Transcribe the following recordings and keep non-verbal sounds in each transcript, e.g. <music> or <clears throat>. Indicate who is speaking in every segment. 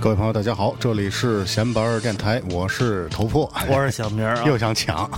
Speaker 1: 各位朋友，大家好，这里是闲班儿电台，我是头破，
Speaker 2: 我是小明儿
Speaker 1: 又
Speaker 2: 啊。
Speaker 1: 想抢，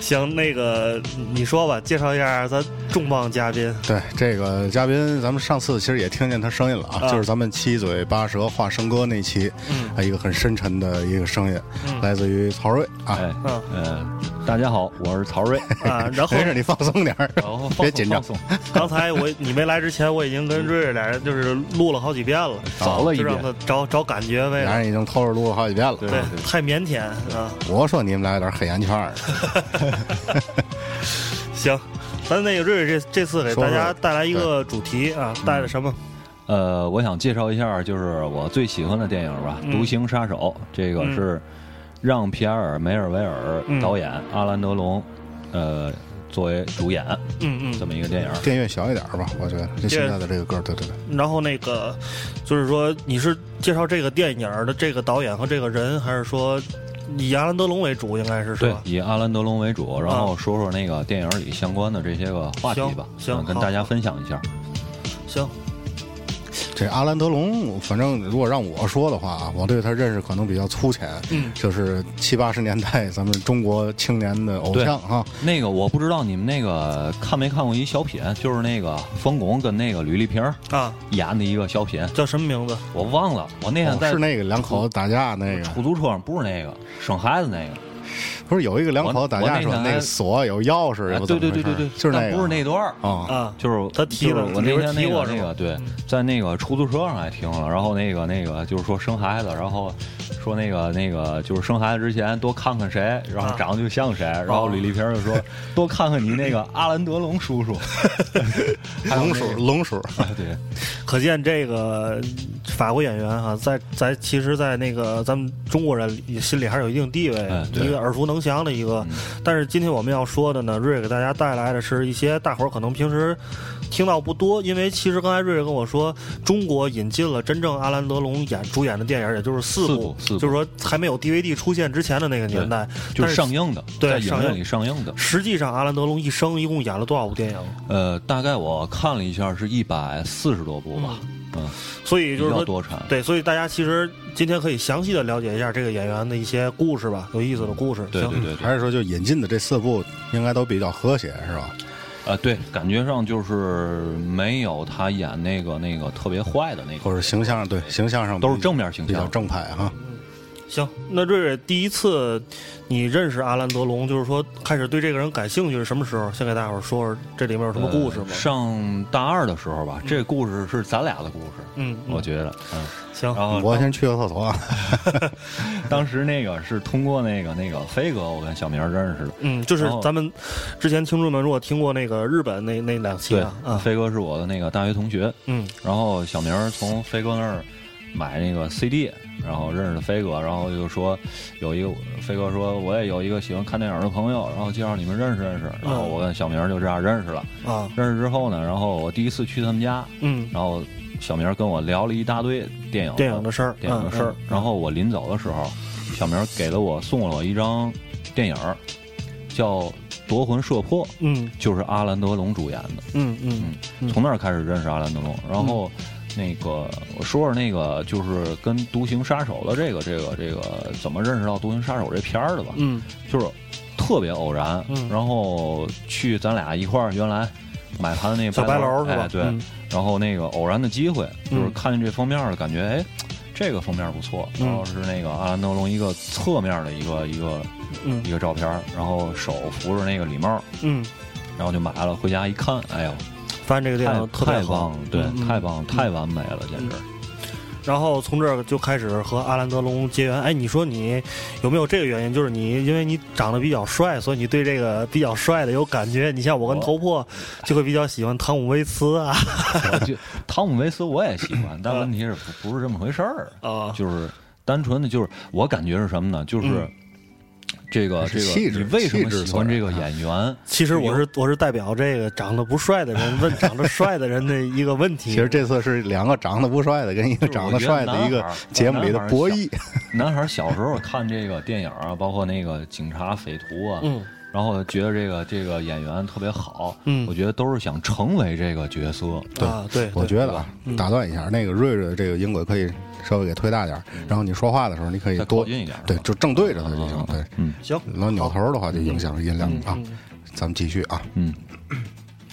Speaker 2: 行，那个你说吧，介绍一下咱重磅嘉宾。
Speaker 1: 对这个嘉宾，咱们上次其实也听见他声音了啊，
Speaker 2: 啊
Speaker 1: 就是咱们七嘴八舌话生哥那期，
Speaker 2: 嗯
Speaker 1: 啊，一个很深沉的一个声音，
Speaker 2: 嗯
Speaker 1: 来自于曹睿啊，
Speaker 3: 哎，
Speaker 2: 嗯
Speaker 3: 呃，大家好，我是
Speaker 2: <laughs>
Speaker 3: 曹睿，
Speaker 2: 啊，然后
Speaker 1: 没事，你放松点儿，
Speaker 3: 然后放
Speaker 1: 别
Speaker 3: 松
Speaker 1: 紧张
Speaker 3: 放松
Speaker 2: 刚才我你没来之前，我已经跟瑞瑞俩人就是录了好几遍了，
Speaker 3: 凿了一
Speaker 2: 就
Speaker 3: 遍
Speaker 2: 让他找找感觉为
Speaker 1: 俩
Speaker 2: 了。
Speaker 1: 人已经偷着录了好几遍了。
Speaker 3: 对
Speaker 2: 对，太腼腆啊。
Speaker 1: 我说你们俩有点黑眼圈儿，
Speaker 2: 行，咱那个瑞瑞这这次给
Speaker 1: 说
Speaker 2: 大
Speaker 1: 说
Speaker 2: 家带来一个主题啊，带了什么？
Speaker 3: 呃，我想介绍一下，就是我最喜欢的电影吧，
Speaker 2: 嗯
Speaker 3: 独行杀手》，这个
Speaker 2: 嗯
Speaker 3: 是让皮埃尔·梅尔维尔
Speaker 2: 嗯
Speaker 3: 导演，阿兰·德龙，呃，作为主演
Speaker 2: 嗯
Speaker 3: 这
Speaker 2: 嗯。
Speaker 3: 么一个电影。
Speaker 1: 电乐小一点儿吧，我觉得就现在的这个歌，对对对，
Speaker 2: 然后那个就是说，你是介绍这个电影的这个导演和这个人，还是说以亚兰德龙为主？应该是是
Speaker 3: 对
Speaker 2: 吧，？
Speaker 3: 以阿兰·德龙为主，然后说说那个电影里相关的这些个话题吧，
Speaker 2: 啊行行
Speaker 3: 嗯跟
Speaker 2: 好
Speaker 3: 大家
Speaker 2: 好
Speaker 3: 分享一下。
Speaker 2: 行，
Speaker 1: 这阿兰德龙，反正如果让我说的话啊，我对他认识可能比较粗浅，
Speaker 2: 嗯
Speaker 1: 就是七八十年代咱们中国青年的偶像哈，
Speaker 3: 那个我不知道你们那个看没看过一小品，就是那个冯巩跟那个吕丽萍儿
Speaker 2: 啊，
Speaker 3: 演的一个小品，
Speaker 2: 叫什么名字？
Speaker 3: 我忘了，我那天
Speaker 1: 哦
Speaker 3: 在
Speaker 1: 是那个两口子打架那个，
Speaker 3: 出租车上不是那个生孩子那个，
Speaker 1: 不是有一个两口子打架
Speaker 3: 我
Speaker 1: 说
Speaker 3: 我那天
Speaker 1: 那个锁有钥匙，
Speaker 3: 哎
Speaker 1: 有
Speaker 3: 对
Speaker 1: 怎么
Speaker 3: 对
Speaker 1: 回事
Speaker 3: 对对对，
Speaker 1: 就是那
Speaker 3: 但
Speaker 1: 个，
Speaker 3: 不是那段儿，
Speaker 1: 啊，
Speaker 2: 啊，
Speaker 3: 就是
Speaker 2: 他提了
Speaker 3: 就是我那天
Speaker 2: 你
Speaker 3: 那
Speaker 2: 不是提
Speaker 3: 个
Speaker 2: 过是
Speaker 3: 那
Speaker 2: 吗
Speaker 3: 个对，在那个出租车上还听了，然后那个那个就是说生孩子，然后说那个那个就是生孩子之前多看看谁，然后
Speaker 2: 啊
Speaker 3: 长得就像谁，然后吕丽萍就说多看看你那个阿兰德龙叔叔，还有
Speaker 1: 龙
Speaker 3: 那
Speaker 1: 叔
Speaker 3: 个
Speaker 1: 龙叔，
Speaker 3: 哎对，
Speaker 2: 可见这个法国演员哈、在在其实，在那个咱们中国人里心里还是有一定地位，
Speaker 3: 哎对嗯
Speaker 2: 一个耳熟能详的一个。但是今天我们要说的呢，瑞瑞给大家带来的是一些大伙儿可能平时听到不多，因为其实刚才瑞瑞跟我说，中国引进了真正阿兰德龙演主演的电影，也就是四
Speaker 3: 四
Speaker 2: 部
Speaker 3: 部，四部
Speaker 2: 就是说还没有 DVD 出现之前的那个年代，
Speaker 3: 就
Speaker 2: 但是
Speaker 3: 是上。映的，
Speaker 2: 对
Speaker 3: 在影
Speaker 2: 上映
Speaker 3: 院里上映的，
Speaker 2: 实际上，阿兰德龙一生一共演了多少部电影？
Speaker 3: 呃，大概我看了一下是一百四十多部吧，嗯，
Speaker 2: 所以
Speaker 3: 比
Speaker 2: 就是
Speaker 3: 较
Speaker 2: 说，
Speaker 3: 多产，
Speaker 2: 对，所以大家其实今天可以详细的了解一下这个演员的一些故事吧，有意思的故事。
Speaker 3: 对
Speaker 2: 行
Speaker 3: 对对对。
Speaker 1: 还是说就引进的这四部应该都比较和谐是吧？
Speaker 3: 啊，对，感觉上就是没有他演那个那个特别坏的那
Speaker 1: 或
Speaker 3: 个，
Speaker 1: 者形象对形象上
Speaker 3: 都是正面形
Speaker 1: 比较
Speaker 3: 象。
Speaker 1: 正派哈。
Speaker 2: 行，那瑞瑞第一次你认识阿兰德龙，就是说开始对这个人感兴趣是什么时候？先给大伙儿说说这里面有什么故事吗
Speaker 3: 呃？上大二的时候吧，这故事是咱俩的故事，
Speaker 2: 嗯，嗯
Speaker 3: 我觉得。嗯，
Speaker 2: <laughs> 行，
Speaker 3: 然后
Speaker 1: 我先去个厕所啊，
Speaker 3: 当时那个是通过那个那个飞哥，我跟小明认识的。
Speaker 2: 嗯，就是
Speaker 3: 然后
Speaker 2: 咱们之前听众们如果听过那个日本那那两期
Speaker 3: 对
Speaker 2: 啊，啊，
Speaker 3: 飞哥是我的那个大学同学，
Speaker 2: 嗯
Speaker 3: 然后小明儿从飞哥那儿买那个 CD，然后认识了飞哥，然后就说有一个飞哥说我也有一个喜欢看电影的朋友，然后介绍你们认识认识，然后我跟小明儿就这样认识了。
Speaker 2: 啊，
Speaker 3: 认识之后呢，然后我第一次去他们家，
Speaker 2: 嗯，
Speaker 3: 然后小明跟我聊了一大堆电影
Speaker 2: 电影的事儿，
Speaker 3: 电影的事儿
Speaker 2: 嗯。
Speaker 3: 然后我临走的时候，小明给了我送了我一张电影儿，叫《夺魂摄魄》，
Speaker 2: 嗯
Speaker 3: 就是阿兰德龙主演的。
Speaker 2: 嗯嗯嗯
Speaker 3: 从那儿开始认识阿兰德龙，然后。那个，我说说那个，就是跟《独行杀手》的这个、这个、这个怎么认识到《独行杀手》这片儿的吧？
Speaker 2: 嗯
Speaker 3: 就是特别偶然，
Speaker 2: 嗯
Speaker 3: 然后去咱俩一块儿原来买他的那
Speaker 2: 小白楼是吧
Speaker 3: 哎对，
Speaker 2: 嗯
Speaker 3: 然后那个偶然的机会，
Speaker 2: 嗯
Speaker 3: 就是看见这封面了，感觉哎，这个封面不错，
Speaker 2: 嗯
Speaker 3: 然后是那个阿兰德龙一个侧面的一个一个
Speaker 2: 嗯
Speaker 3: 一个照片，然后手扶着那个礼帽，
Speaker 2: 嗯，
Speaker 3: 然后就买了，回家一看，哎呦，
Speaker 2: 发现这个电
Speaker 3: 太
Speaker 2: 影特别
Speaker 3: 太
Speaker 2: 好
Speaker 3: 棒，了，对，
Speaker 2: 嗯
Speaker 3: 太棒，了，太完美了，简直。
Speaker 2: 然后从这儿就开始和阿兰德龙结缘。哎，你说你有没有这个原因？就是你因为你长得比较帅，所以你对这个比较帅的有感觉。你像我跟
Speaker 3: 我
Speaker 2: 头破就会比较喜欢汤姆威斯啊，
Speaker 3: 我就汤姆·维斯我也喜
Speaker 2: <laughs>
Speaker 3: 欢，但问题是不不是这么回事儿
Speaker 2: 啊
Speaker 3: 就是单纯的，就是我感觉是什么呢？就是
Speaker 2: 嗯
Speaker 3: 这个
Speaker 1: 是
Speaker 3: 这
Speaker 1: 气
Speaker 3: 个，
Speaker 1: 质
Speaker 3: 你为什
Speaker 1: 气
Speaker 3: 么
Speaker 1: 质
Speaker 3: 喜
Speaker 1: 所
Speaker 3: 欢这
Speaker 1: 然
Speaker 3: 个
Speaker 1: 啊
Speaker 3: 演员？
Speaker 2: 其实我是我是代表这个长得不帅的人问长得帅的人的一个问题。
Speaker 1: 其实这次是两个长得不帅的跟一个
Speaker 3: 就是
Speaker 1: 长
Speaker 3: 我
Speaker 1: 得
Speaker 3: 觉
Speaker 1: 帅
Speaker 3: 得
Speaker 1: 的一
Speaker 3: 男
Speaker 1: 个
Speaker 3: 孩儿
Speaker 1: 节目里的
Speaker 3: 男孩儿
Speaker 1: 博
Speaker 3: 小
Speaker 1: 弈，
Speaker 3: 男孩小时候看这个电影啊，包括那个警察匪徒啊，
Speaker 2: 嗯，
Speaker 3: 然后觉得这个这个演员特别好，
Speaker 2: 嗯
Speaker 3: 我觉得都是想成为这个角色，
Speaker 2: 啊，对，
Speaker 1: 我
Speaker 2: 对
Speaker 1: 觉得啊，打断一下，那个瑞瑞的这个音轨可以稍微给推大点儿，然后你说话的时候你可以
Speaker 3: 嗯再
Speaker 1: 多
Speaker 3: 靠近一点
Speaker 1: 对，
Speaker 3: 是吧
Speaker 1: 就正对着他就行。对，
Speaker 3: 嗯
Speaker 2: 行
Speaker 1: 然后扭头的话就影响音量啊。咱们继续啊，
Speaker 3: 嗯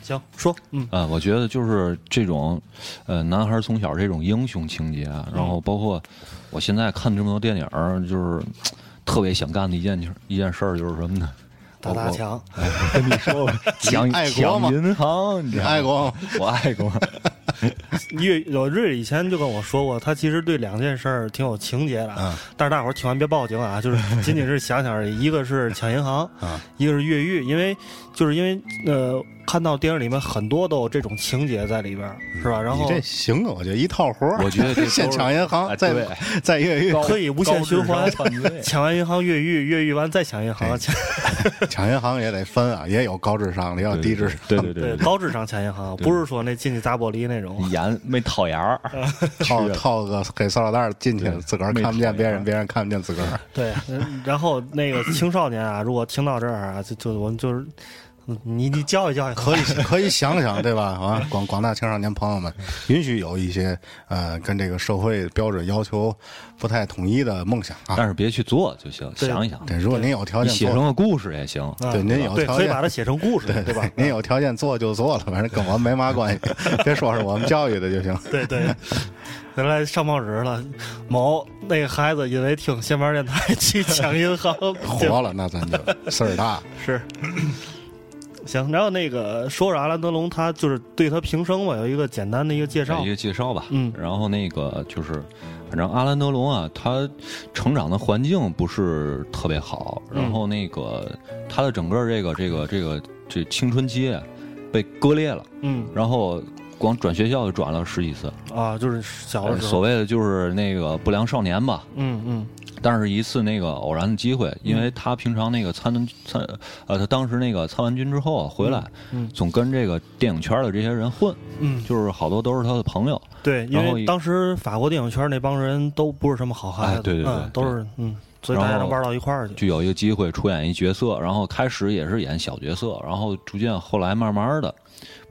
Speaker 2: 行说，嗯
Speaker 3: 啊、我觉得就是这种，呃，男孩从小这种英雄情节，啊然
Speaker 2: 嗯
Speaker 3: 后包括我现在看这么多电影儿，就是特别想干的一件事一件事儿就是什么呢？
Speaker 2: 打砸
Speaker 3: <laughs>
Speaker 2: 抢，
Speaker 3: 跟你说吧， <laughs> 抢
Speaker 1: 爱国嘛
Speaker 3: 抢银行，你知道吗
Speaker 1: 爱，国
Speaker 3: 我爱国，
Speaker 2: 岳有呃瑞以前就跟我说过，他其实对两件事儿挺有情节的，
Speaker 1: 啊
Speaker 2: 但是大伙儿听完别报警啊，就是仅仅是想想而已。一个是抢银行，
Speaker 3: 嗯
Speaker 1: 啊
Speaker 2: 一个是越狱，因为就是因为呃，看到电影里面很多都有这种情节在里边儿，是吧？然
Speaker 1: 嗯你
Speaker 2: 后
Speaker 1: 这行啊，我觉得一套活儿。
Speaker 3: 我觉
Speaker 1: <laughs>
Speaker 3: 得这都是
Speaker 1: 先抢银行，
Speaker 3: 哎
Speaker 1: 再
Speaker 3: 对
Speaker 1: 再越狱，
Speaker 2: <laughs> 可以无限循环
Speaker 3: 高智商
Speaker 2: <laughs>
Speaker 3: 犯罪，
Speaker 2: 抢完银行越狱，越狱完 <laughs> 再抢银
Speaker 1: 哎
Speaker 2: 行，抢
Speaker 1: 抢银行也得分啊，也有高智商的，也有低智商。
Speaker 3: 对对对
Speaker 2: 对
Speaker 3: 对
Speaker 2: 高智商抢银行，不是说那进去砸玻璃那
Speaker 3: <laughs>
Speaker 1: 嗯
Speaker 2: 种。
Speaker 3: 眼没套牙儿，
Speaker 1: 套
Speaker 3: 是
Speaker 1: 套个给塑料袋儿进去，自个儿
Speaker 3: 没
Speaker 1: 看不见
Speaker 3: 讨厌
Speaker 1: 别人，别人看不见自个儿。
Speaker 2: 对，嗯然后那个青少年啊，如果听到这儿啊，就就我们就是嗯你你教育教育他，
Speaker 1: 可以可以想想，
Speaker 3: <laughs>
Speaker 1: 对吧？啊，广广大青少年朋友们，允许有一些呃跟这个社会标准要求不太统一的梦想啊。
Speaker 3: 但是别去做就行，
Speaker 2: 对
Speaker 3: 想一想，
Speaker 1: 对，如果您有条
Speaker 3: 你
Speaker 1: 件
Speaker 3: 写
Speaker 1: 做
Speaker 3: 成，个故事也行。
Speaker 2: 啊
Speaker 1: 对您有
Speaker 2: 对，
Speaker 1: 条
Speaker 2: 可以
Speaker 1: 件
Speaker 2: 把它写成故事，对
Speaker 3: <laughs>
Speaker 2: 吧？
Speaker 1: 您有条件做就做了，反正跟我们没嘛关系。别说是我们教育的就
Speaker 3: <laughs>
Speaker 1: 行。
Speaker 2: 对
Speaker 1: <laughs>
Speaker 2: 对，原来上报纸了，某那个孩子因为听新闻电台去抢银
Speaker 1: <laughs>
Speaker 2: 行，
Speaker 1: 火了，那咱
Speaker 3: <laughs>
Speaker 1: 就事儿大。
Speaker 2: 是。 <clears throat> 行，然后那个说说阿兰德龙，他就是对他平生吧有一个简单的一个介绍
Speaker 3: 一。个介绍吧，
Speaker 2: 嗯
Speaker 3: 然后那个就是，反正阿兰德龙啊，他成长的环境不是特别好，
Speaker 2: 嗯
Speaker 3: 然后那个他的整个这个这个这个这青春期啊被割裂了，
Speaker 2: 嗯
Speaker 3: 然后光转学校就转了十几次，
Speaker 2: 啊，就是小的时
Speaker 3: 呃所
Speaker 2: 候，
Speaker 3: 谓的就是那个不良少年吧，
Speaker 2: 嗯嗯
Speaker 3: 但是一次那个偶然的机会，因为他平常那个参参呃，他当时那个参完军之后啊回来，
Speaker 2: 嗯
Speaker 3: 总跟这个电影圈的这些人混，
Speaker 2: 嗯，
Speaker 3: 就是好多都是他的朋友。
Speaker 2: 对，因
Speaker 3: 然后
Speaker 2: 为
Speaker 3: 一
Speaker 2: 当时法国电影圈那帮人都不是什么好孩子，
Speaker 3: 哎对对对
Speaker 2: 嗯都是嗯，所以大家
Speaker 3: 然后
Speaker 2: 能玩到一块儿去。
Speaker 3: 就有一个机会出演一角色，然后开始也是演小角色，然后逐渐后来慢慢的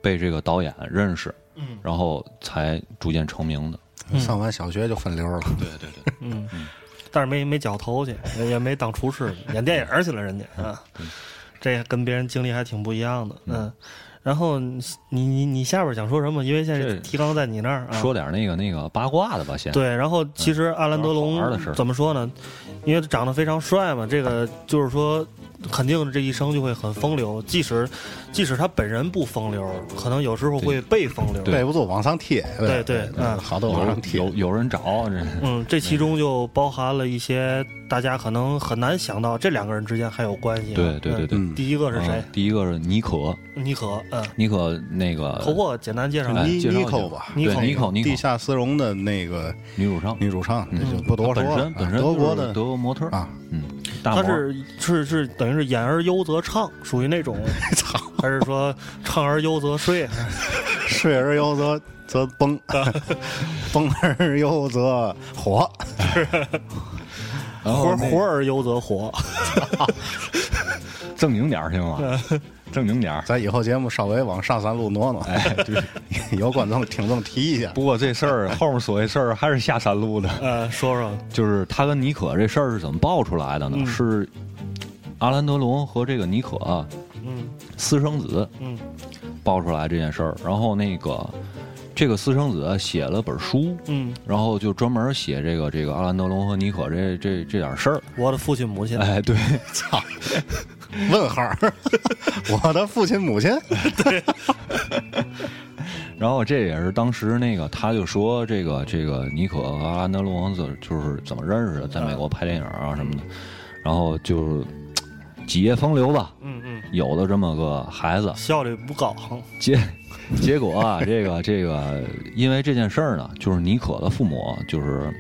Speaker 3: 被这个导演认识，
Speaker 2: 嗯
Speaker 3: 然后才逐渐成名的。
Speaker 2: 嗯
Speaker 1: 上完小学就分流了，
Speaker 3: 对对对，
Speaker 2: 嗯，但是没没绞头去，也也没当厨师，演电影儿去了，人家
Speaker 3: 嗯
Speaker 2: 啊，这跟别人经历还挺不一样的，嗯。然后你你你你下边想说什么？因为现在
Speaker 3: 这
Speaker 2: 提纲在你那儿啊。
Speaker 3: 说点那个那个八卦的吧，先。
Speaker 2: 对，然后其实阿兰德
Speaker 3: 嗯
Speaker 2: 龙
Speaker 3: 好玩的事儿
Speaker 2: 怎么说呢？因为他长得非常帅嘛，这个就是说，肯定这一生就会很风流。即使即使他本人不风流，可能有时候会被风流。
Speaker 1: 背不住往上贴。
Speaker 2: 对对嗯
Speaker 1: 好多往上贴
Speaker 3: 有。有有人找，这
Speaker 2: 嗯，这其中就包含了一些大家可能很难想到，这两个人之间还有关系啊。
Speaker 3: 对对对对
Speaker 2: 嗯第一个是谁
Speaker 3: 嗯？呃第一个是妮可，
Speaker 2: 妮可，嗯，
Speaker 3: 妮可那个
Speaker 2: 头破简单介绍。
Speaker 3: 哎
Speaker 1: 妮
Speaker 3: 介绍一
Speaker 1: 妮
Speaker 3: 下
Speaker 1: 蔻嗯吧，
Speaker 2: 妮
Speaker 3: 对
Speaker 2: 蔻
Speaker 3: 妮可妮可
Speaker 1: 地下丝绒的那个
Speaker 3: 女主唱，
Speaker 1: 女主唱，那就不多
Speaker 3: 嗯
Speaker 1: 说
Speaker 3: 她本
Speaker 1: 了啊
Speaker 3: 身。本身
Speaker 1: 德
Speaker 3: 就是
Speaker 1: 国的 <laughs>
Speaker 3: 啊德国模特
Speaker 1: 啊，
Speaker 3: 嗯，大模
Speaker 2: 他是是是等于是演而优则唱，属于那种，还是说唱而优则
Speaker 3: <laughs>
Speaker 2: 睡？
Speaker 1: 睡而优则则崩，崩而优则火。
Speaker 3: 然
Speaker 2: 活
Speaker 3: 后
Speaker 2: 活而优则活。
Speaker 3: 正经点儿行 <laughs> 吗？正经点儿。
Speaker 1: 咱以后节目稍微往上三路挪挪，
Speaker 3: 哎，对。
Speaker 1: <laughs> 有观众听众提一下。
Speaker 3: 不过这事儿后面所谓事儿还是下三路的，
Speaker 2: 呃，说说，
Speaker 3: <laughs> 就是他跟妮可这事儿是怎么爆出来的呢？
Speaker 2: 嗯
Speaker 3: 是阿兰德龙和这个妮可啊
Speaker 2: 嗯
Speaker 3: 私生子
Speaker 2: 嗯
Speaker 3: 爆出来这件事儿，然后那个这个私生子啊写了本书。
Speaker 2: 嗯，
Speaker 3: 然后就专门写这个这个阿兰德龙和妮可这这这点事儿，
Speaker 2: 我的父亲母亲，
Speaker 3: 哎，对，
Speaker 1: 操！
Speaker 3: <laughs>
Speaker 1: 问号儿，我的父亲母亲，
Speaker 3: 然后这也是当时那个，他就说这个这个尼可和阿兰德罗王子就是怎么认识的，在美国拍电影啊什么的，
Speaker 2: 嗯
Speaker 3: 然后就是嘖几夜风流吧，
Speaker 2: 嗯嗯，
Speaker 3: 有的这么个孩子，
Speaker 2: 效率不高，
Speaker 3: 结结果啊，这个这个，因为这件事儿呢，就是尼可的父母就是嘖